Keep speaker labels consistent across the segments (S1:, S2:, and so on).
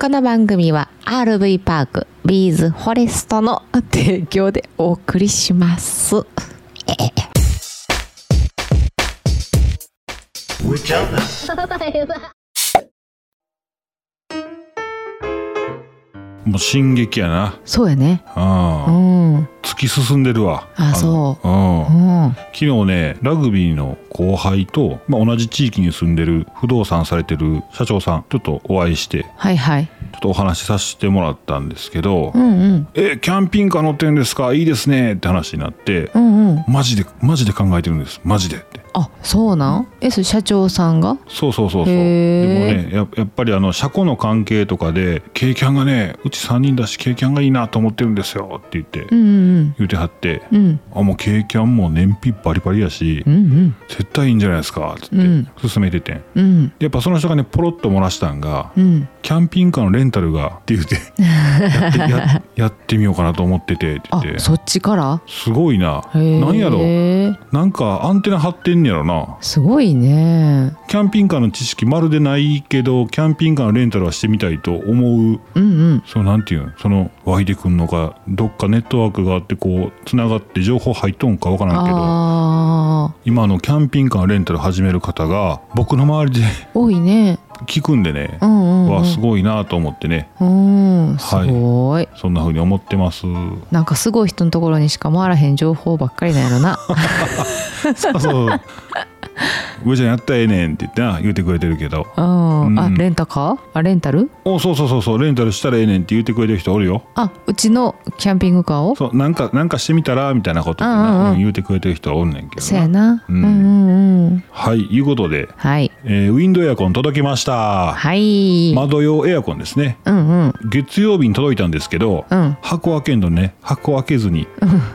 S1: この番組は RV パークビーズフォレストの提供でお送りします。
S2: もう進撃やな
S1: そうやね。う
S2: あ
S1: ん。
S2: 突き進んでるわ
S1: あそう
S2: うん
S1: うん。
S2: 昨日ねラグビーの後輩と、まあ、同じ地域に住んでる不動産されてる社長さんちょっとお会いしてち
S1: はいはい。
S2: ょっとお話しさせてもらったんですけど
S1: うんうん。
S2: 「えキャンピングカー乗ってるんですかいいですね」って話になって
S1: うんうん
S2: 「マジでマジで考えてるんですマジで」って
S1: あ、そうなんえ、それ社長さんが
S2: そうそうそうそうでも
S1: へ
S2: ねややっぱりあの車庫の関係とかで「軽キャンがねうち3人だし軽キャンがいいなと思ってるんですよ」って言って、
S1: うんうん
S2: 言うてはって
S1: うん。うん。
S2: あもう軽キャンも燃費バリバリやし
S1: うん
S2: 絶対いいんじゃないですかっつって
S1: うん
S2: 勧めててん、
S1: うん。うん。
S2: やっぱその人がねポロッと漏らしたんが、
S1: うん。
S2: キャンピングカーのレンタルがって言 うてやってややってみようかなと思っててって
S1: あ
S2: 言っ、て
S1: そっちから
S2: すごいな
S1: へー
S2: なんやろなんかアンテナ張ってんねやろな
S1: すごいね。
S2: キャンピングカーの知識まるでないけどキャンピングカーのレンタルはしてみたいと思う
S1: うんうん。
S2: そのなんていうのその湧いてくんのかどっかネットワークがあってこうつながって情報入っとんかわからんけど
S1: あ
S2: 今あのキャンピングカーのレンタル始める方が僕の周りで
S1: あ、多いね。
S2: 聞くんでね
S1: う、んうん、うん。
S2: わあすごいなと思ってね
S1: うん、すごい。
S2: そんな風に思っ てます。
S1: なんかすごい人のところにしか回らへん情報ばっかりなんやろ な。
S2: そうそう。上ちゃんやったらええねんって言ってな言うてくれてるけど
S1: うん、あ
S2: うん
S1: レンタカーあレンタル
S2: 「おそうそうそうそうレンタルしたらええねん」って言うてくれてる人おるよ
S1: あうちのキャンピングカーを
S2: そうなんかなんかしてみたらみたいなことって
S1: うんうん
S2: な
S1: うん
S2: うん言うてくれてる人はおんねんけ
S1: そ
S2: ど
S1: や
S2: な
S1: な、う、
S2: うんん
S1: うんうん
S2: はいいうことで、
S1: はい
S2: えーウィンドウエアコン届きました
S1: はい、
S2: 窓用エアコンですね
S1: うんうん
S2: 月曜日に届いたんですけど、
S1: うん
S2: 箱開けんのね箱開けずに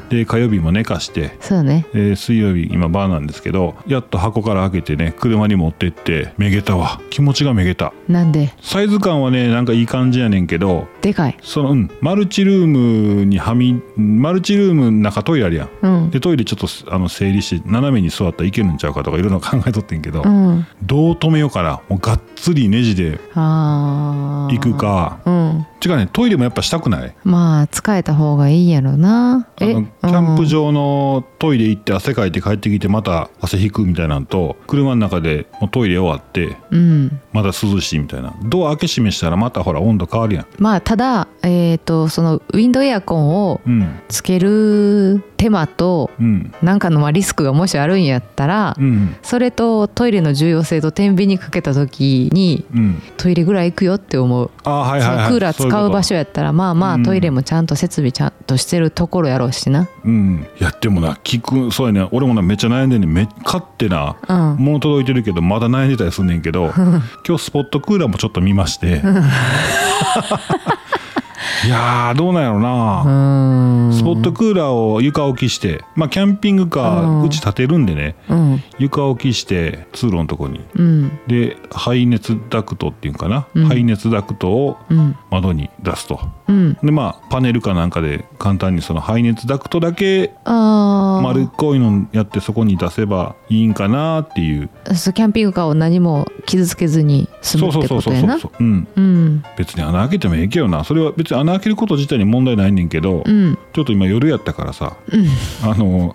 S2: で火曜日も寝かして
S1: そうだね
S2: えー水曜日今バーなんですけどやっと箱から開けてね車に持ってってめげたわ気持ちがめげた
S1: なんで
S2: サイズ感はねなんかいい感じやねんけど
S1: でかい
S2: そのうんマルチルームにはみマルチルームの中トイレあるやん
S1: うん
S2: でトイレちょっとすあの整理して斜めに座ったらいけるんちゃうかとかいろいろ考えとってんけど、
S1: うん
S2: どう止めようかなもうがっつりネジで
S1: あー
S2: 行くか
S1: うん
S2: 違うねトイレもやっぱしたくない
S1: まあ使えた方がいいやろな
S2: あのキャンプ場のトイレ行って汗かいて帰ってきてまた汗引くみたいなんと車の中でもうトイレ終わって
S1: うん
S2: まだ涼しいみたいなドア開け閉めしたらまたほら温度変わるやん
S1: まあただえっ、とそのウィンドウエアコンを
S2: うん
S1: つける手間と
S2: うん
S1: なんかのまあリスクがもしあるんやったら、
S2: うん
S1: それとトイレの重要性と天秤にかけた時に
S2: うん
S1: トイレぐらい行くよって思う、
S2: あーはいはい
S1: そ
S2: は
S1: の
S2: い
S1: クーラー使う場
S2: 所
S1: 所やったらまあまあ
S2: うん
S1: トイレもちゃんと設備ちゃんとしてるところやろうしな
S2: うんいやでもな聞くそうやね俺もなめっちゃ悩んでんねんめ買ってな
S1: うん
S2: 物届いてるけどまだ悩んでたりすんねんけ ど今日スポットクーラーもちょっと見ましていやーどうなんやろ
S1: う
S2: な、
S1: ーん
S2: スポットクーラーを床置きしてまあキャンピングカー、
S1: うん
S2: うち建てるんでね
S1: うん
S2: 床置きして通路のとこに
S1: うん
S2: で排熱ダクトっていうんかな、
S1: うん
S2: 排熱ダクトを
S1: うん
S2: 窓に出すと
S1: うん
S2: でまあパネルかなんかで簡単にその排熱ダクトだけ
S1: ああ
S2: 丸っこいのやってそこに出せばいいんかなっていう
S1: そうキャンピングカーを何も傷つけずに済む
S2: そう
S1: っ
S2: そ
S1: て
S2: う
S1: こと
S2: そうそう
S1: や
S2: そう
S1: な
S2: そううん
S1: うん
S2: 別に穴開けてもええけどなそれは別に穴開けること自体に問題ないねんけど、
S1: うん
S2: ちょっと今夜やったからさ、あの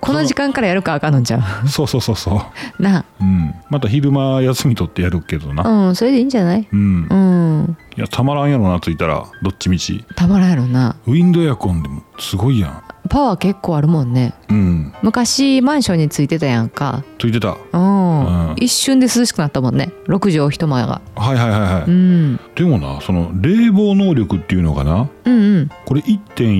S1: この時間からやるかあかんのじゃう
S2: そうそうそうそう、
S1: な
S2: うん、また昼間休み取ってやるけどな
S1: うんそれでいいんじゃない
S2: うん
S1: うん
S2: いやたまらんやろなついたらどっちみち
S1: たまらんやろな
S2: ウィンドエアコンでもすごいや
S1: パワー結構あるもんね
S2: んうん
S1: 昔マンションについてたやんか
S2: ついてたは
S1: うん、
S2: うん
S1: 一瞬で涼しくなったもんね6畳一間が、
S2: いはいはいは
S1: う
S2: い、
S1: ん、
S2: でもなその冷房能力っていうのかな
S1: うんうん
S2: これ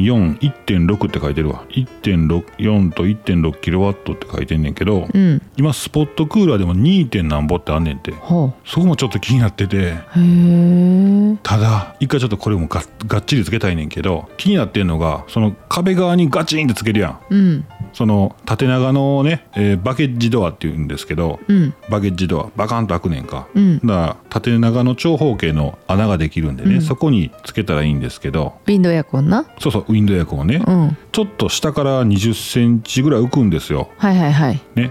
S2: 1.41.6って書いてるわ1.64と1.6キロワットって書いてんねんけど
S1: うん
S2: 今スポットクーラーでも 2. 点何ぼってあんねんて
S1: ほ
S2: そこもちょっと気になってて
S1: うへえ
S2: ただ一回ちょっとこれもががっちりつけたいねんけど気になってんのがその壁側にガチンってつけるやん
S1: うん
S2: その縦長のね、えーバケッジドアっていうんですけど、
S1: うん
S2: バケッジドアバカンと開くねんか、
S1: うん
S2: だから縦長の長方形の穴ができるんでね、そこにつけたらいいんですけど
S1: ウィンドウエアコンな
S2: そうそうウィンドウエアコンをね、
S1: うん
S2: ちょっと下から2 0ンチぐらい浮くんですよ
S1: はいはいはい
S2: ね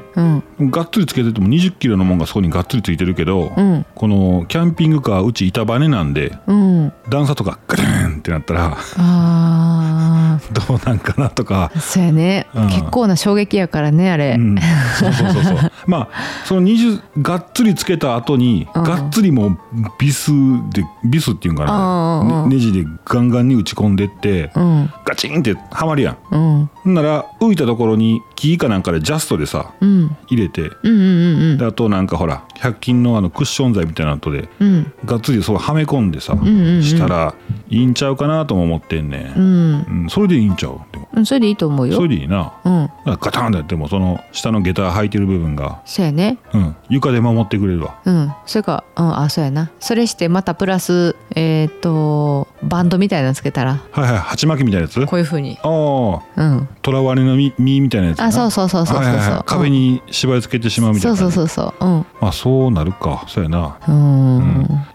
S1: うん
S2: がっつりつけてても2 0キロのもんがそこにがっつりついてるけど、
S1: うん
S2: このキャンピングカーうち板バネなんで
S1: うん
S2: 段差とかガーンってなったら
S1: あ
S2: どうなんかなとか
S1: ーそうやね、
S2: うん
S1: 結構な衝撃やからねあれ、
S2: うん、そうそうそ うそうまあその20がっつりつけた後に、
S1: うん
S2: がっつりもうビスでビスっていうんか
S1: うんうん
S2: な、
S1: うん
S2: ねネジでガンガンに打ち込んでって、
S1: うん
S2: ガチンってはまるやん
S1: うん
S2: ほんなら浮いたところに木かなんかでジャストでさ
S1: うん
S2: 入れて
S1: うんうんうん
S2: であとなんかほら100均のあのクッション材みたいなのとで
S1: うん
S2: がっつりそうはめ込んでさ、
S1: んうんうん
S2: したらいいんちゃうかなとも思ってんね、
S1: うん
S2: うんそれでいいんちゃうでも
S1: うんそれでいいと思うよ
S2: それでいいな
S1: うん
S2: だからガタンってやってもその下の下駄履いてる部分が
S1: そうやね
S2: うん、床で守ってくれるわ。
S1: うんそれかうんあそうやなそれしてまたプラスえっ、とバンドみたいなのつけたら
S2: はいはい、鉢巻きみたいなやつ。あ
S1: こういうふうに
S2: あ、
S1: うん
S2: とらわれの実実みたいなやつな。
S1: あそうそうそうそうそうそう、
S2: はいはいはい壁
S1: に
S2: に縛り付けてしまうみたい
S1: そう
S2: な
S1: そ
S2: 感
S1: う
S2: じ。
S1: そうそううん
S2: まあ、そうなるか、そうやな。
S1: うーん
S2: うん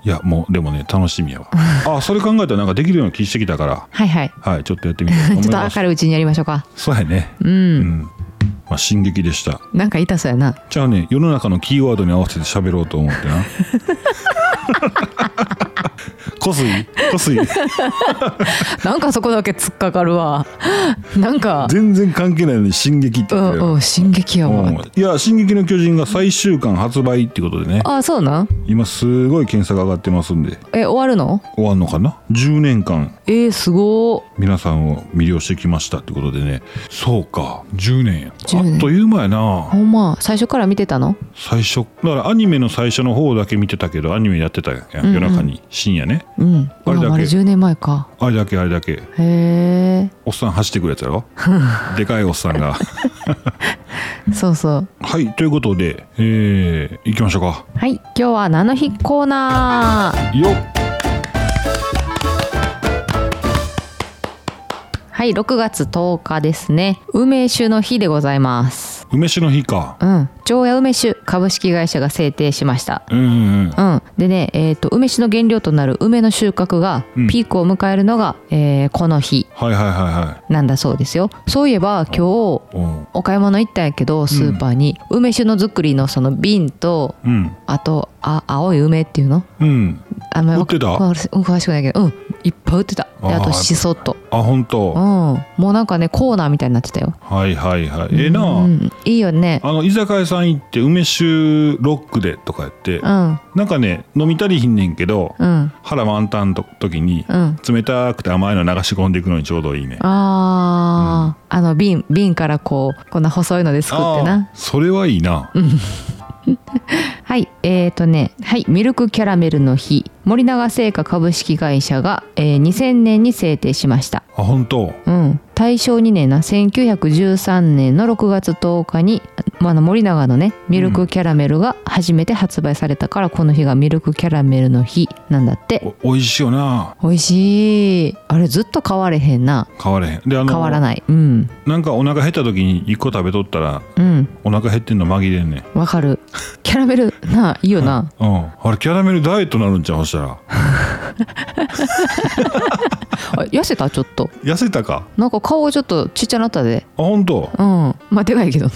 S2: いや、もう、でもね、楽しみやわ。あ、それ考えたら、なんかできるような気してきたから。
S1: はいはい
S2: はい、ちょっとやってみようと思いま
S1: ち
S2: す。
S1: ょっと明るいうちにやりましょうか
S2: そうやね。
S1: う、
S2: うんん。まあ、進撃でした。
S1: なんか痛そうやな
S2: じゃあね、世の中のキーワードに合わせて喋ろうと思っ てな。こすい、こすい。
S1: なんかそこだけ突っかかるわ なんか
S2: 全然関係ないのに、進撃って
S1: う
S2: 言って
S1: ん
S2: る。
S1: うん進撃やわ
S2: うんいや「進撃の巨人」が最終巻発売ってことでね
S1: あそうなん
S2: 今すごい検索上がってますんで
S1: え終わるの
S2: 終わんのかな10年間
S1: えー、すごー
S2: 皆さんを魅了してきましたってことでねそうか10年や
S1: 10年
S2: あっという間やな
S1: ほんま最初から見てたの
S2: 最初だからアニメの最初の方だけ見てたけどアニメやってたやん
S1: んうん
S2: 夜中に深夜ね
S1: うん
S2: あれだけ
S1: うわ丸10年前か
S2: あれだけあれだけ
S1: へ
S2: おっさん走ってくるやつやろ でかいおっさんが
S1: えそうそう
S2: はいということでえー、行きましょうか
S1: はい今日は「何の日」コーナー
S2: よっ
S1: はい6月10日ですね梅酒の日でございます
S2: 梅酒の日か
S1: うん常夜梅酒株式会社が制定しました
S2: うんうんうん
S1: うん、でね、えー、と梅酒の原料となる梅の収穫が
S2: うん
S1: ピークを迎えるのが、えーこの日
S2: はいはいは
S1: なんだそうですよそういえば今日
S2: いはいうん
S1: お買い物行ったんやけどスーパーに、梅酒の作りのその瓶と
S2: うん
S1: あとあ青い梅っていうの
S2: うん。
S1: あんまり
S2: 売ってた
S1: わわ詳しくないけどうんいっぱい売ってたであ
S2: あー
S1: としそと
S2: あ、本
S1: うん
S2: 当。
S1: もうなんかねコーナーみたいになってたよ
S2: はいはいはい。ええな
S1: う
S2: あ。
S1: ん、いいよね
S2: あの居酒屋さん行って梅酒ロックでとかやって、
S1: うん
S2: なんかね飲み足りひんねんけど、
S1: うん
S2: 腹満タンの時に、
S1: うん
S2: 冷たくて甘いの流し込んでいくのにちょうどいいね。
S1: あー、あの瓶瓶からこうこんな細いので作ってな
S2: あーそれはいいな。
S1: はい、えーとね、はい、ミルクキャラメルの日、森永製菓株式会社が、えー2000年に制定しました。
S2: あ、本当。
S1: うん、大正2年な1913年の6月10日に、まあ、あの森永のねミルクキャラメルが初めて発売されたから、この日がミルクキャラメルの日なんだって
S2: お美味しいよな。
S1: 美味しいあれずっと変われへんな
S2: 変われへん。で、あの
S1: 変わらないうん
S2: なんかお腹減った時に一個食べとったら
S1: うん
S2: お腹減ってんの紛れんねん。
S1: わかる キャラメルないいよな
S2: うん。あれキャラメルダイエットなるんちゃうほしたら。
S1: あ痩せたちょっと
S2: 痩せたか。
S1: なんか顔がちょっとちっちゃなったで
S2: あ、本当。
S1: うん、まあでかいけど な。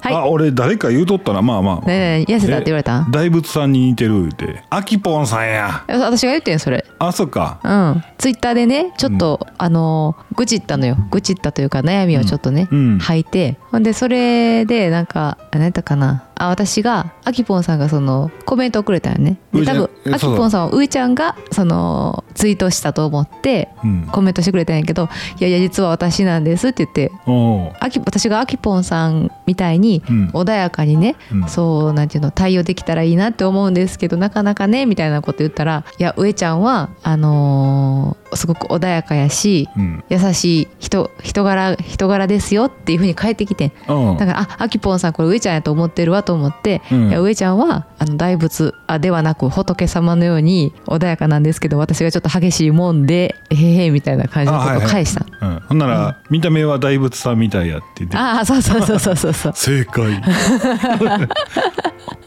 S1: はい
S2: あ、俺誰か言うとったな。まあま
S1: ね
S2: あ。
S1: えねえ痩せたって言われた？
S2: 大仏さんに似てるってあきぽんさんや
S1: いや私が言ってんそれ。
S2: あそっか
S1: うん。ツイッターでね、ちょっと、あのー愚痴ったのよ。愚痴ったというか悩みをちょっとね、
S2: うん
S1: 吐いて、ほんでそれでなんかあ何やったかな。あ私があきぽんさんがそのコメントをくれたよね。
S2: う
S1: で
S2: いちゃ
S1: 多
S2: ん
S1: 分
S2: え
S1: あき
S2: そうだ
S1: ぽんさんはういちゃんがそのツイートしたと思って。
S2: うん
S1: コメントしてくれたんやけど「いやいや実は私なんです」って言って
S2: おう
S1: あき私があきぽんさんみたいに
S2: うん
S1: 穏やかにね、
S2: うん
S1: そうなんていうの対応できたらいいなって思うんですけどなかなかねみたいなこと言ったら「いや上ちゃんはあのーすごく穏やかやし
S2: うん
S1: 優しい人人柄人柄ですよっていうふうに返ってきてん
S2: うん
S1: だからああきぽんさんこれ上ちゃんやと思ってるわと思って、
S2: うん
S1: いや上ちゃんはあの大仏あではなく仏様のように穏やかなんですけど私がちょっと激しいもんでへへみたいな感じのこ
S2: あ
S1: と
S2: はい
S1: を
S2: はい
S1: 返したん
S2: うん、ほんなら、見た目は大仏さんみたいやって言って
S1: ああそうそうそうそうそうそう
S2: 正解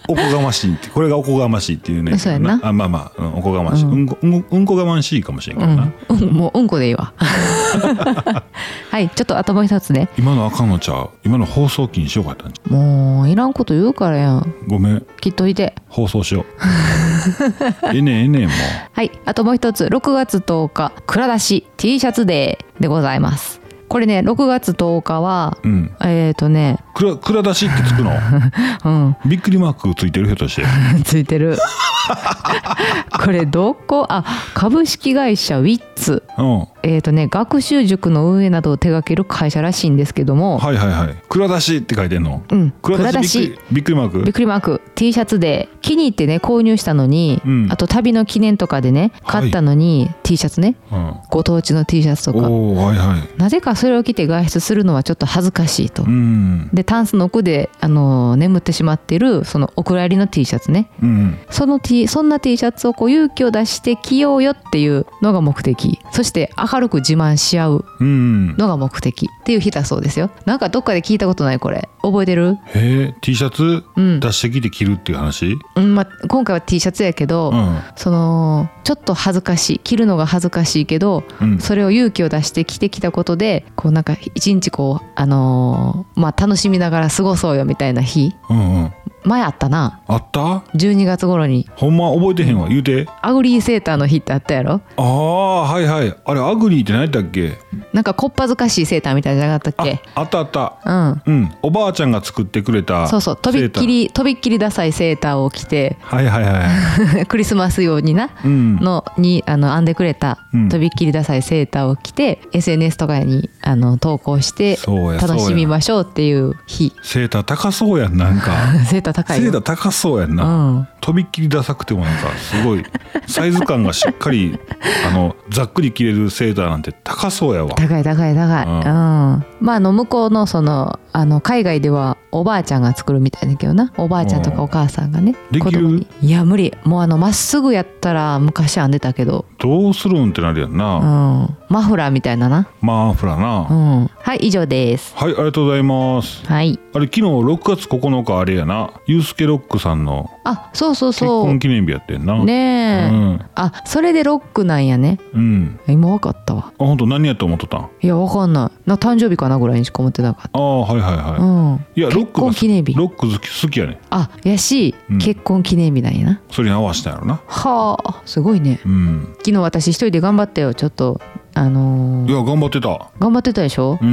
S2: おこがましいってこれがおこがましいっていうね
S1: そうやな
S2: あまあまあ、うんおこがましい、
S1: う
S2: うんんこ、うんこうんこがましいかもしれん
S1: う
S2: からな、
S1: ん、うん、もううんこでいい わはいちょっとあともう一つね
S2: 今の赤のちゃう今の放送禁止よかったんじ
S1: もういらんこと言うからやん
S2: ゃんごめん
S1: きっといて
S2: 放送 しようええねんええねんもう
S1: はいあともう一つ6月10日蔵出し T シャツデーでございますこれね6月10日は
S2: うん
S1: えっ、ー、とね
S2: くら蔵出しってつくの
S1: うん
S2: びっくりマークついてる人として
S1: ついてる これどこあ株式会社ウィッツ
S2: うんは
S1: えっ、とね学習塾の運営などを手掛ける会社らしいんですけども、
S2: いはいはい蔵出しって書いてんの
S1: うん
S2: 蔵
S1: 蔵
S2: 出
S1: 出
S2: しびっ
S1: し
S2: くりびっくりマーク
S1: びっくりマーク T シャツで気に入ってね購入したのに、
S2: うん
S1: あと旅の記念とかでね
S2: はい
S1: 買ったのに、T シャツね
S2: うん
S1: ご当地の T シャツとか
S2: おおはいはい
S1: なぜかそれを着て外出するのはちょっと恥ずかしいと、
S2: うん
S1: でタンスの奥で、あのー眠ってしまってるそのお蔵入りの T シャツね
S2: うん
S1: その T そんな T シャツをこう勇気を出して着ようよっていうのが目的そして明るく自慢し合う
S2: うん
S1: のが目的っていう日だそうですよなんかどっかで聞いたことないこれ覚えてる
S2: へえ T シャツ
S1: うん、
S2: 出してきて着るっていう話
S1: うんまあ、今回は T シャツやけど、
S2: うん
S1: そのちょっと恥ずかしい着るのが恥ずかしいけど
S2: うん
S1: それを勇気を出して着てきたことでこうなんか一日こうあのーまあ楽しみながら過ごそうよみたいな日
S2: うんうん
S1: 前あったな
S2: あった
S1: 12月頃に
S2: ほんま覚えてへんわ言うて
S1: アグリーセーターの日ってあったやろ
S2: ああはいはいあれアグリーって何やったっけ
S1: なんかこっぱずかしいセーターみたいじゃなかったっ
S2: あ
S1: け
S2: あったあった
S1: うん
S2: うんおばあちゃんが作ってくれた
S1: そうそうとびっき
S2: セー
S1: りとびっきりダサいセーターを着て
S2: ターはいはいは
S1: クリスマス用に ない
S2: うん
S1: のにあの編んでくれた
S2: うん
S1: とびっきりダサいセーターを着て SNS とかにあの投稿して
S2: そうや
S1: 楽しみ
S2: す
S1: ましょうっていう日
S2: セーター高そうやんなんか
S1: セーター高い
S2: セータ
S1: よ
S2: ー高そうやん
S1: う
S2: な、
S1: ん
S2: とびっきりダサくてもなんかすごいサイズ感がしっ かりあのざっくり着れるセーターなんて高そうやわ
S1: 高い高い高い、
S2: う
S1: うんんまああの向こうのそのあの海外ではおばあちゃんが作るみたいだけどなおばあちゃんとかお母さんがね、
S2: うん
S1: 子供にいや無理もうあのまっすぐやったら昔編んでたけど、
S2: どうするんってなるやんな、
S1: うん、マフラーみたいなな、
S2: マーフラな、
S1: うん、はい以上です
S2: はいありがとうございます
S1: はい
S2: あれ昨日6月9日あれやなユースケロックさんの
S1: あそうそう
S2: 結
S1: そ
S2: 婚
S1: う
S2: 記念日やってんな
S1: ね
S2: う
S1: え、
S2: ん
S1: あそれでロックなんやね
S2: うん
S1: 今わかったわ
S2: あ本当何やと思っとったんあ
S1: いやわかんないな誕生日かなぐらいにしか思ってなかっ
S2: あーはいはい
S1: た、
S2: はい、
S1: うん
S2: いやロッ
S1: 結
S2: クが
S1: 婚記念日
S2: ロック好き好きやね
S1: あやし、
S2: うん
S1: 結婚記念日なんやな
S2: それに合わせたんやろな
S1: はあすごいね
S2: うん
S1: 昨日私一人で頑張ったよちょっとあの
S2: い
S1: ー
S2: や頑張ってた
S1: 頑張ってたでしょ
S2: うん、
S1: う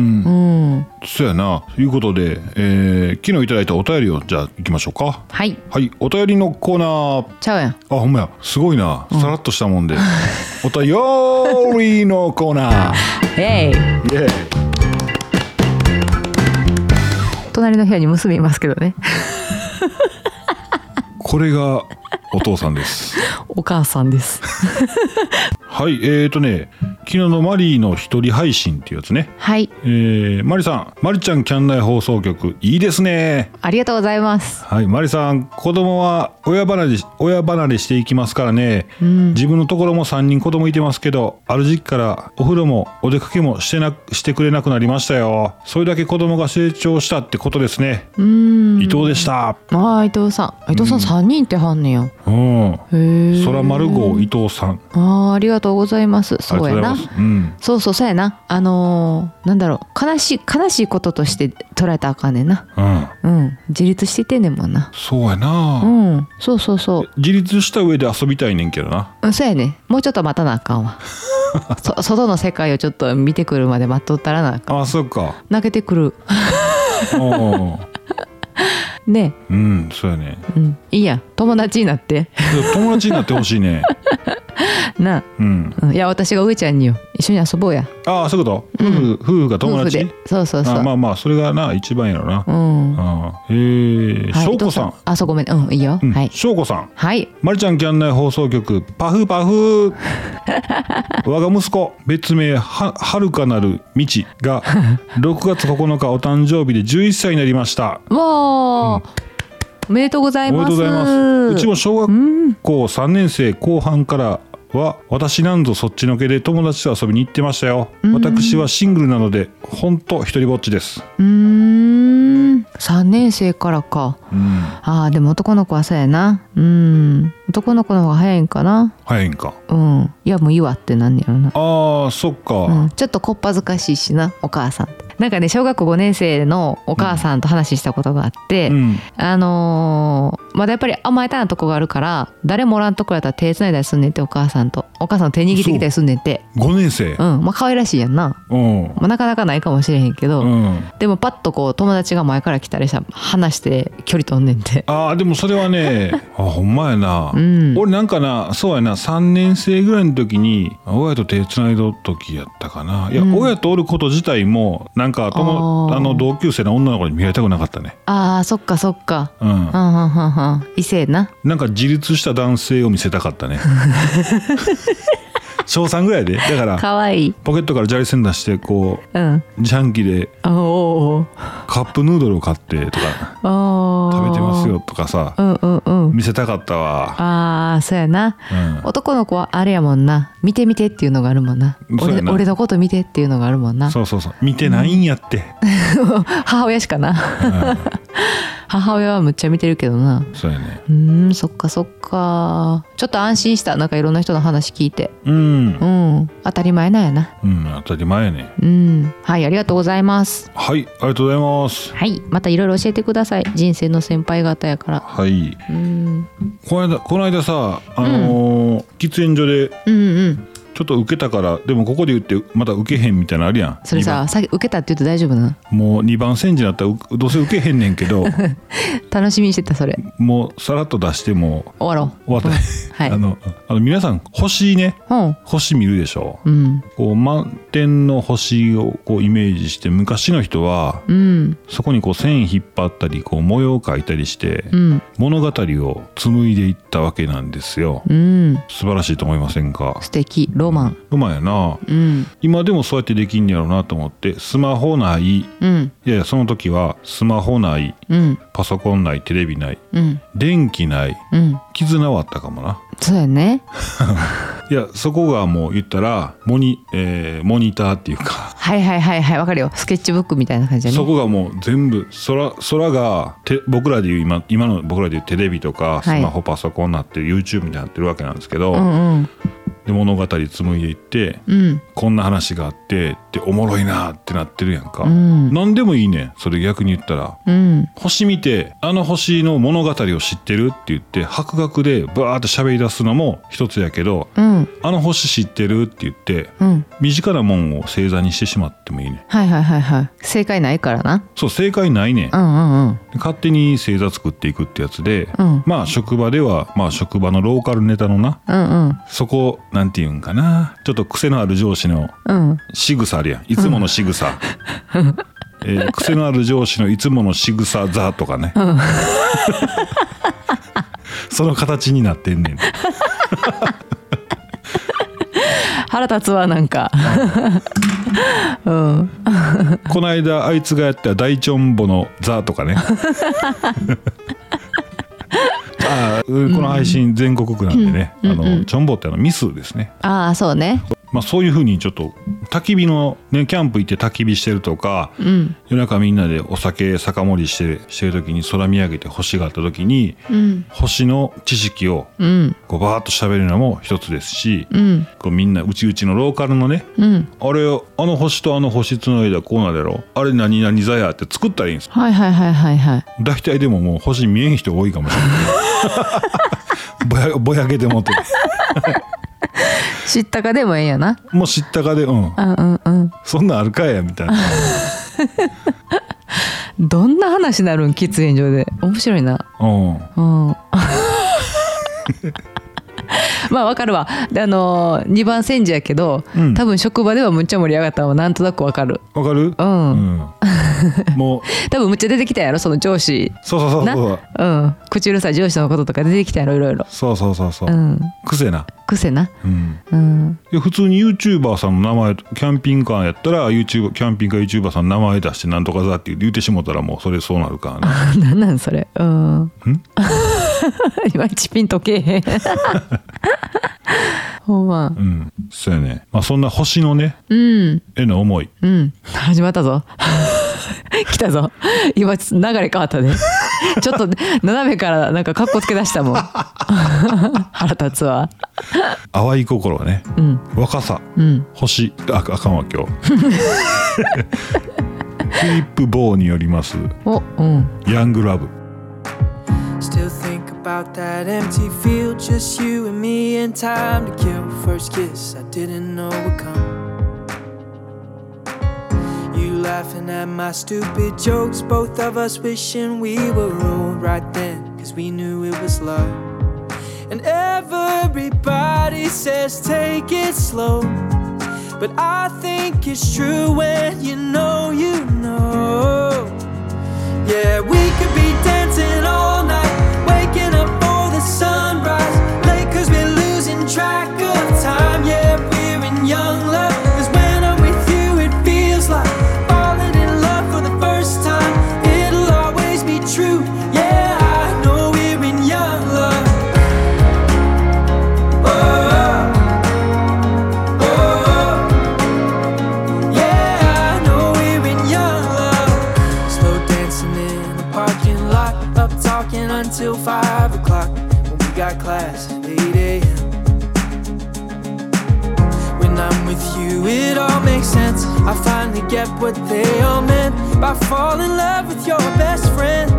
S1: ん、
S2: そうやなということで、えー、昨日いただいたお便りをじゃあ行きましょうか
S1: はい
S2: はいお便りのコーナー
S1: ちゃうやん
S2: あほんまやすごいなさらっとしたも んで、お便りのコーナー
S1: えい
S2: イエーイ
S1: 隣の部屋に娘いますけどね
S2: これがお父さんです。
S1: お母さんです
S2: はい、えーとね、昨日のマリーの一人配信っていうやつね。
S1: はい
S2: えー、マリさん、マリちゃんキャン内放送局、いいですね。
S1: ありがとうございます
S2: はい、マリさん、子供は親離れし、親離れしていきますからね。
S1: うん
S2: 自分のところも3人子供いてますけど、ある時期からお風呂もお出かけもしてなく、してくれなくなりましたよ。それだけ子供が成長したってことですね。
S1: うん
S2: 伊藤でした。
S1: あー伊藤さん伊藤さん三人ってはんねや
S2: うん。
S1: へえ
S2: 空丸号伊藤さん。
S1: あーありがとうございます
S2: あり
S1: そ
S2: が
S1: う
S2: とう
S1: や
S2: ござい
S1: な
S2: ます。うん。
S1: そうそうそうやなあのー、なんだろう悲しい悲しいこととして捉えたらあかんねんな
S2: うん。
S1: うん自立していってんねんもんな
S2: そうや
S1: う
S2: な、
S1: んそうそうそう
S2: 自立した上で遊びたいねんけどな
S1: うんそうやねもうちょっと待たなあか んわそ外の世界をちょっと見てくるまで待っとったらなあかん
S2: あそっか
S1: 泣けてくる
S2: おう
S1: ね
S2: うんそうやね
S1: うんいいや友達になって
S2: 友達になってほしいね
S1: なあ
S2: うん
S1: うんいや私が上ちゃんによ一緒に遊ぼうや
S2: ああそういうこと、夫婦夫婦が友
S1: 夫婦
S2: 達
S1: でそうそうそう
S2: あまあまあそれがな一番やろな、
S1: うん
S2: ああへえ
S1: はい
S2: 翔
S1: ど
S2: 子
S1: う
S2: さん
S1: ぞあそうごめんうんいいよ、
S2: うん
S1: はい
S2: 翔子さん
S1: はい
S2: まるちゃんキャン内放送局パフパフ 我が息子別名ははるかなるみちが6月9日お誕生日で11歳になりました
S1: わあ、おめでとうござ
S2: お
S1: い
S2: めで
S1: ま
S2: と
S1: す
S2: うございますうちも小学校3年生後半からは私なんぞそっちのけで友達と遊びに行ってましたよ私はシングルなのでほんと一人ぼっちです
S1: うーん3年生からか
S2: うん
S1: あーでも男の子はそうやなうん男の子の方が早いんかな
S2: 早いんか
S1: うんいやもういいわってなんねやろな
S2: あーそっか、
S1: うん、ちょっとこっぱずかしいしなお母さんってなんかね小学校5年生のお母さんと話したことがあって、
S2: うん
S1: あのーまだやっぱり甘えたなとこがあるから誰もおらんとこやったら手つないだりすんねんってお母さんとお母さんの手握ってきたりすんねんって
S2: 5年生
S1: うんまあ可愛らしいやんな、
S2: うん
S1: まあ、なかなかないかもしれへんけど、
S2: うん
S1: でもパッとこう友達が前から来たりしたら話して距離飛んねんて
S2: あーでもそれ はねあほんまやな、
S1: うん
S2: 俺なんかなそうやな3年生ぐらいの時に親と手つないどっ時やったかないや、
S1: うん
S2: 親とおること自体もなんか友
S1: あー
S2: あの同級生の女の子に見られたくなかったね
S1: あーそっかそっか
S2: うん、
S1: はんはんはんはん異性な
S2: なんか自立した男性を見せたかっ たね小3ぐらいでだから
S1: 可愛いい
S2: ポケットから砂利線出してこ
S1: うん
S2: う自販機で
S1: おーお
S2: カップヌードルを買ってとか
S1: ーおー
S2: 食べてますよとかさ
S1: うんうんうん
S2: 見せたかったわ、
S1: ああそうやな
S2: うん、
S1: 男の子はあれやもんな見て見てっていうのがあるもんな
S2: そう
S1: 俺
S2: やな
S1: 俺のこと見てっていうのがあるもんな
S2: そうそうそう見てないんやって、
S1: 母親しかな母親はむっちゃ見てるけどな
S2: そうやね
S1: うーんそっかそっかちょっと安心したなんかいろんな人の話聞いて
S2: うん
S1: う、ん当たり前なんやな
S2: うん、当たり前やね
S1: うんはいありがとうございます
S2: はいありがとうございます
S1: はいまたいろいろ教えてください人生の先輩方やから
S2: はい
S1: うん
S2: この間この間さあのー喫煙所で
S1: うんうん
S2: ちょっと受けたからでもここで言ってまた受けへんみたいなのあるやん
S1: それささ受けたって言うと大丈夫なの
S2: 二番もう2番煎じになったらうどうせ受けへんねんけ ど
S1: 楽しみにしてたそれ
S2: もうさらっと出しても
S1: 終わろう
S2: 終わったね、
S1: はい
S2: あのあの皆さん星ね
S1: うん
S2: 星見るでしょ
S1: うん
S2: こう満点の星をこうイメージして昔の人は
S1: うん
S2: そこにこう線引っ張ったりこう模様を描いたりして
S1: うん
S2: 物語を紡いでいったわけなんですよ
S1: うん
S2: 素晴らしいと思いませんか
S1: 素敵ロマン
S2: うまいやな
S1: うん
S2: 今でもそうやってできんやろうなと思ってスマホないい
S1: うん
S2: やいやその時はスマホない
S1: うん
S2: パソコンないテレビない
S1: うん
S2: 電気ない
S1: うん
S2: 絆はあったかもな
S1: そうやね
S2: いやそこがもう言ったらモニ,、えーモニターっていうか
S1: はいはいはいはいわかるよスケッチブックみたいな感じや
S2: そ
S1: ね
S2: こがもう全部空空がて僕らでいう今今の僕らでいうテレビとかス
S1: はい
S2: マホパソコンになってる YouTube になってるわけなんですけど、
S1: うんうん
S2: で物語紡いでいって
S1: うん
S2: こんな話があってっておもろいなってなってるやんか、
S1: うん
S2: 何でもいいねんそれ逆に言ったら
S1: うん
S2: 星見てあの星の物語を知ってるって言って博学でバーって喋り出すのも一つやけど
S1: うん
S2: あの星知ってるって言って
S1: うん
S2: 身近なもんを星座にしてしまってもいいねん
S1: はいはいはいはい正解ないからな
S2: そう正解ないねん
S1: うんうんうん
S2: 勝手に星座作っていくってやつで、
S1: うん
S2: まあ職場ではまあ職場のローカルネタのな
S1: うん
S2: そこなんていうんかなちょっと癖のある上司の
S1: うんうん
S2: 仕草あるやんいつもの仕草、えー癖のある上司のいつもの仕草座とかね、 その形になってんねん
S1: 腹立つわなん かうん
S2: この間あいつがやった大チョンボの座 とかねあーうんこの配信全国区なんでね、あのチョンボってあのミスですね
S1: ああそうね
S2: まあ、そういうふうにちょっと焚き火の、ね、キャンプ行って焚き火してるとか、
S1: うん
S2: 夜中みんなでお酒酒盛りしてしてる時に空見上げて星があった時に
S1: うん
S2: 星の知識を
S1: うん
S2: こうバーッと喋るのも一つですし、
S1: うん
S2: こうみんなうちうちのローカルのね
S1: うん
S2: あれあの星とあの星つないだらこうなるやろあれ何々座やって作ったらいいんです
S1: はいはいはいはいはい
S2: 大体でももう星見えん人多いかもしれない ぼやぼやけてもって
S1: 知ったかでもええんやな
S2: もう知ったかでうん
S1: うんうんうん
S2: そんなんあるかいやみたいな
S1: どんな話になるん喫煙所で面白いな
S2: う
S1: う
S2: ん
S1: ん まあわかるわであのー、2番煎じやけど、
S2: うん
S1: 多分職場ではむっちゃ盛り上がったのはなんとなくわかる
S2: わかる
S1: う、
S2: うんんもう
S1: 多分むっちゃ出てきたやろその上司
S2: そうそうそう
S1: な
S2: そう
S1: うん口うるさい上司のこととか出てきたやろいろいろ
S2: そうそうそうそううん癖な
S1: 癖な
S2: うん
S1: うん
S2: いや普通に YouTuber さんの名前キャンピングカーやったら YouTube キャンピングカー YouTuber さんの名前出してなんとかだって言う言ってしもたらもうそれそうなるからね
S1: なんなんそれうん いまいちピンとけえへん ほんま
S2: うんそうやねまあそんな星のね
S1: うん
S2: への思い
S1: うん始まったぞ来たぞ今流れ変わったねちょっと斜めからなんかかっこつけ出したもん腹立つわ
S2: 淡い心はね
S1: うん
S2: 若さ
S1: うん
S2: 星ああかんわ 今日フィリップ・ボーによります
S1: おうん
S2: 「ヤング・ラブ
S3: Still think about that empty field, just you and me and time to kill. First kiss, I didn't know would come. You laughing at my stupid jokes, both of us wishing we were old right then, cause we knew it was love. And everybody says take it slow, but I think it's true when you know you know. Yeah, we could be dancing all night, waking up for the sunrise. Late cause we're losing track of time. Yeah, we're in young love. Cause when I'm with you, it feels like falling in love for the first time. It'll always be true. Yeah, I know we're in young love. Oh, oh. Yeah, I know we're in young love. Slow dancing in the parking lot, up talking until five o'clock. When we got class at 8 a.m. When I'm with you, it all makes sense. I finally get what they all meant by falling in love with your best friend.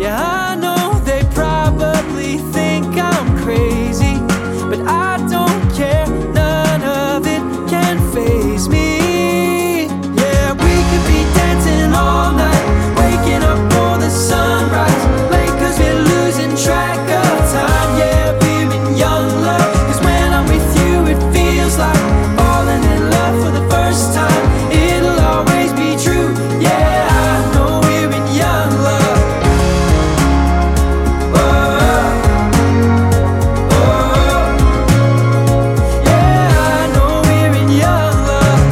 S3: Yeah, I know they probably think I'm crazy, but I don't care. None of it can phase me. Yeah, we could be dancing all night, waking up for the sunrise. Late cause we're losing track of time. Yeah, we're in young love. Cause when I'm with you, it feels like falling in love for the first time. It'll always be true. Yeah, I know we're in young love. Oh, oh, oh. Yeah, I know we're in young love.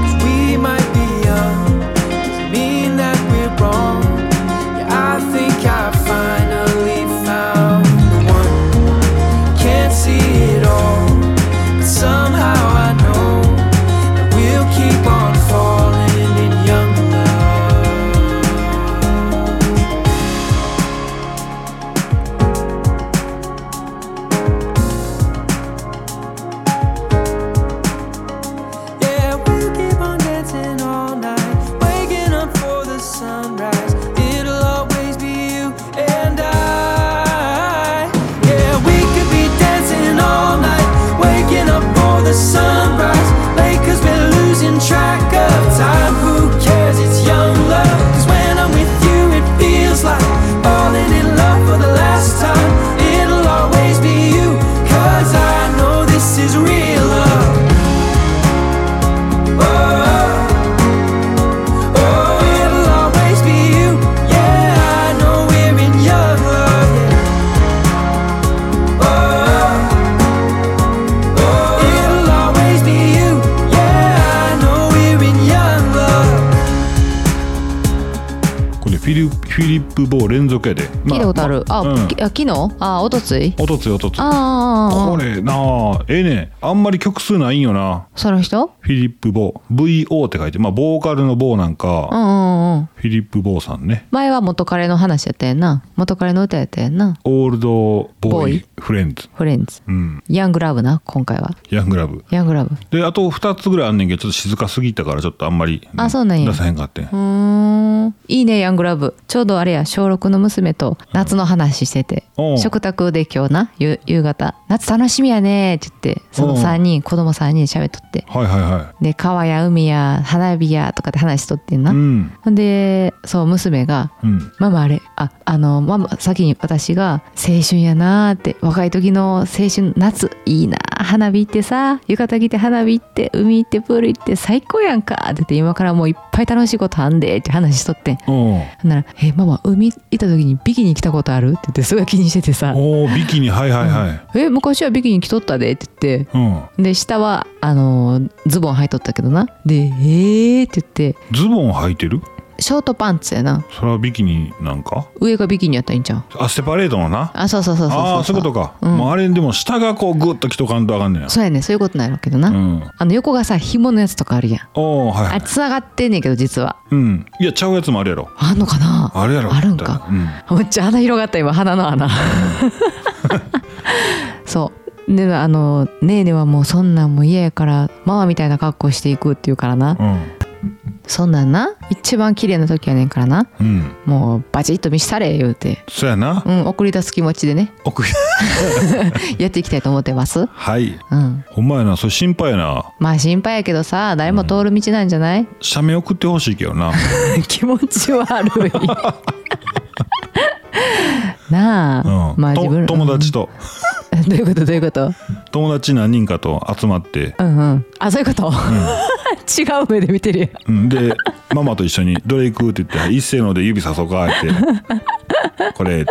S3: 'Cause we might be young, doesn't mean that we're wrong. Yeah, I think I finally found the one. Can't see it all, but somehow I know that we'll keep on falling in young love. Yeah, we'll keep on dancing all night, waking up for the sunrise. It'll always be you and I. Yeah, we could be dancing all night, waking up for the sunrise. Late cause we're losing track of time. Who cares? It's young love. Cause when I'm with you, it feels like falling in love for the last time. It'll always be you, cause I know this is real love. Oh, oh, it'll always be you. Yeah, I know we're in young love. Oh, oh, it'll always be you. Yeah, I know we're in young love.」
S2: これフィリフィリップ・ボー連続やで
S1: 聞いたことある、
S2: ま
S1: あ、
S2: うん
S1: きあ昨日あおとつい
S2: おとつよおとつ
S1: あーあーあ
S2: こ
S1: ーあー
S2: れなあええねあんまり曲数ないんよな
S1: その人
S2: フィリップ・ボー VO って書いてまあボーカルのボーなんか、
S1: うんうんうん
S2: フィリップ・ボーさんね
S1: 前は元彼の話やったやんな元彼の歌やったやんな
S2: オールド・ボ
S1: ボー
S2: ーイ
S1: イ・
S2: フレンズ
S1: フレンズ
S2: うん
S1: ヤングラブな今回は
S2: ヤング・ラブ
S1: ヤングラブ
S2: であと2つぐらいあんねんけどちょっと静かすぎたからちょっとあんまり
S1: あそうなんや
S2: 出さへんかってん
S1: うーんいいねヤングラブちょうどあれや小6の娘と夏の話してて
S2: おう
S1: 食卓で今日なゆ夕方「夏楽しみやね」って言ってそ
S2: お
S1: の
S2: う
S1: 3人子供3人喋っとって
S2: はいはいは
S1: で川や海や花火やとかって話しとってん
S2: い。
S1: な、
S2: うん。
S1: ほんでそう娘が
S2: うん。
S1: ママあれああのママ先に私が「青春やな」って若い時の青春夏いいな花火行ってさ浴衣着て花火行って海行ってプール行って最高やんかって言って今からもういっぱい楽しいことあんでって話しとってん
S2: おう
S1: ほんなら「えママ海行った時にビキニ来たことある?」って言ってすごい気にしててさ
S2: おうビキニ、はいはいはい。
S1: 「え昔はビキニ着とったで」って言って
S2: うん。
S1: で下はあのズボン履いとったけどなで「えー」って言って
S2: ズボン履いてる
S1: ショートパンツやな
S2: それはビキニなんか
S1: 上がビキニやったらいいんちゃう
S2: あ、セパレートのな。
S1: あそうそうそうそうそう
S2: ああ、そういうことか。
S1: うん
S2: もうあれでも下がこうグッときとかんとあかんねや。
S1: そうやねそういうことなんやろうけどな、
S2: うん。
S1: あの横がさ紐のやつとかあるやん
S2: おおはいは
S1: あ
S2: い
S1: れ。つながってんねんけど実は
S2: うん。いや、ちゃうやつもあるやろ。
S1: あんのかな
S2: あるやろ。
S1: あるんか
S2: うん。
S1: めっちゃ鼻広がった今鼻の 穴そうであのねえねはもうそんなんもう嫌やからママみたいな格好していくって言うからな、
S2: うん。
S1: そんなんな一番綺麗な時やねんからな
S2: うん。
S1: もうバチッと見したれ言うて
S2: そうやな。
S1: うん送り出す気持ちでね
S2: 奥
S1: やっていきたいと思ってます
S2: はい。
S1: うん
S2: ほんまやな。それ心配やな。
S1: まあ心配やけどさ誰も通る道なんじゃない、
S2: 写メ送ってほしいけどな。
S1: 気持ち悪い なあ、
S2: うん。
S1: まあ自分
S2: と友達と、
S1: うん どういうことどういうこと
S2: 友達何人かと集まって、
S1: うんうんあそういうこと、 違う目で見てるやん
S2: うん、で、 ママと一緒にどれ行くって言って、一斉ので指さそうかって。これって。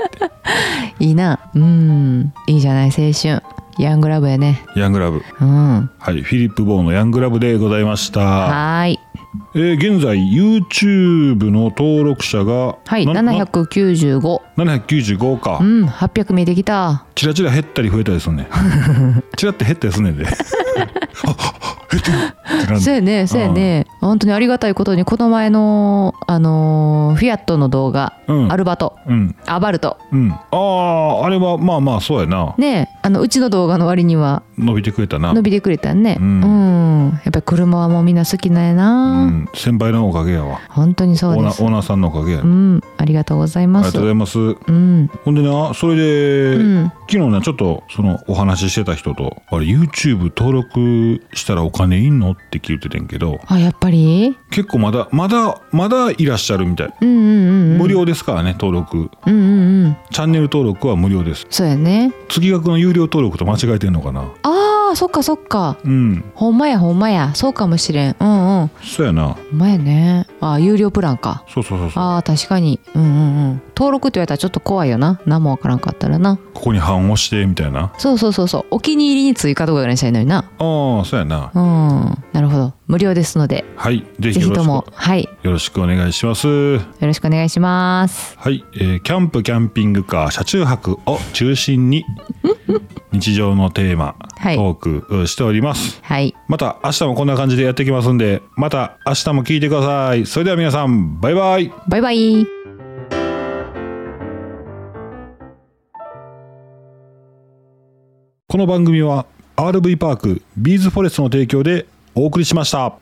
S1: いいなうんいいじゃない青春ヤングラブやね
S2: ヤングラブ。
S1: うんは
S2: はい。フィリップ・ボーのヤングラブでございました。
S1: ーい
S2: えー現在 YouTube の登録者が
S1: はい
S2: なな
S1: 795
S2: 795か、
S1: うん800見えてきた
S2: チラチラ減ったり増えたりすんね んチラって減ったりすんねんでああ減ってるってな
S1: そ
S2: ん
S1: う
S2: で
S1: やねそうやね本当にありがたいことにこの前のあのーフィアットの動画、
S2: うん
S1: アルバト
S2: うん
S1: アバルト
S2: うんあああれはまあまあそうやな
S1: ねえあのうちの動画の割には
S2: 伸びてくれたな
S1: 伸びてくれたね
S2: う
S1: うんん、やっぱり車はもうみんな好きなんや
S2: う
S1: な、
S2: ん先輩のおかげやわ
S1: 本当に
S2: オ
S1: そう
S2: ー
S1: で
S2: ナー
S1: す
S2: オーナーさんのおかげや、
S1: う
S2: あ
S1: んありがとうございま
S2: りが
S1: す
S2: とうございます
S1: うん
S2: ほんでなそれで、
S1: うん
S2: 昨日ねちょっとそのお話ししてた人とあれ YouTube 登録したらお金いんのって聞いててんけど
S1: あやっぱり
S2: 結構まだまだまだいらっしゃるみたい、
S1: うんうんうんうん
S2: 無料ですからね登録
S1: うんうんうん
S2: チャンネル登録は無料です
S1: そうやね
S2: 月額の有料登録と間違えてんのかな
S1: あーそっかそっか
S2: うん
S1: ほんまやほんまやそうかもしれんうんうん
S2: そうやな
S1: ほんまやねあー有料プランか
S2: そうそうそうそう
S1: あー確かにうんうんうん登録って言われたらちょっと怖いよな何もわからんかったらな
S2: ここに半押してみたいな
S1: そうそうそうそうお気に入りに追加とかぐらいにしたいのにな
S2: ああそうやな
S1: うんなるほど無料ですので
S2: はいぜひ
S1: ぜ
S2: よ
S1: ひ
S2: ろ
S1: と
S2: しく
S1: もはい
S2: よろしくお願いします
S1: よろしくお願いします。
S2: はい、えーキャンプキャンピングカー車中泊を中 心に日常のテーマ、
S1: はい
S2: トークうんしております
S1: はい。
S2: また明日もこんな感じでやっていきますんでまた明日も聞いてくださいそれでは皆さんバイバイ
S1: バイバイ。
S2: この番組は RV パークビーズフォレストの提供でお送りしました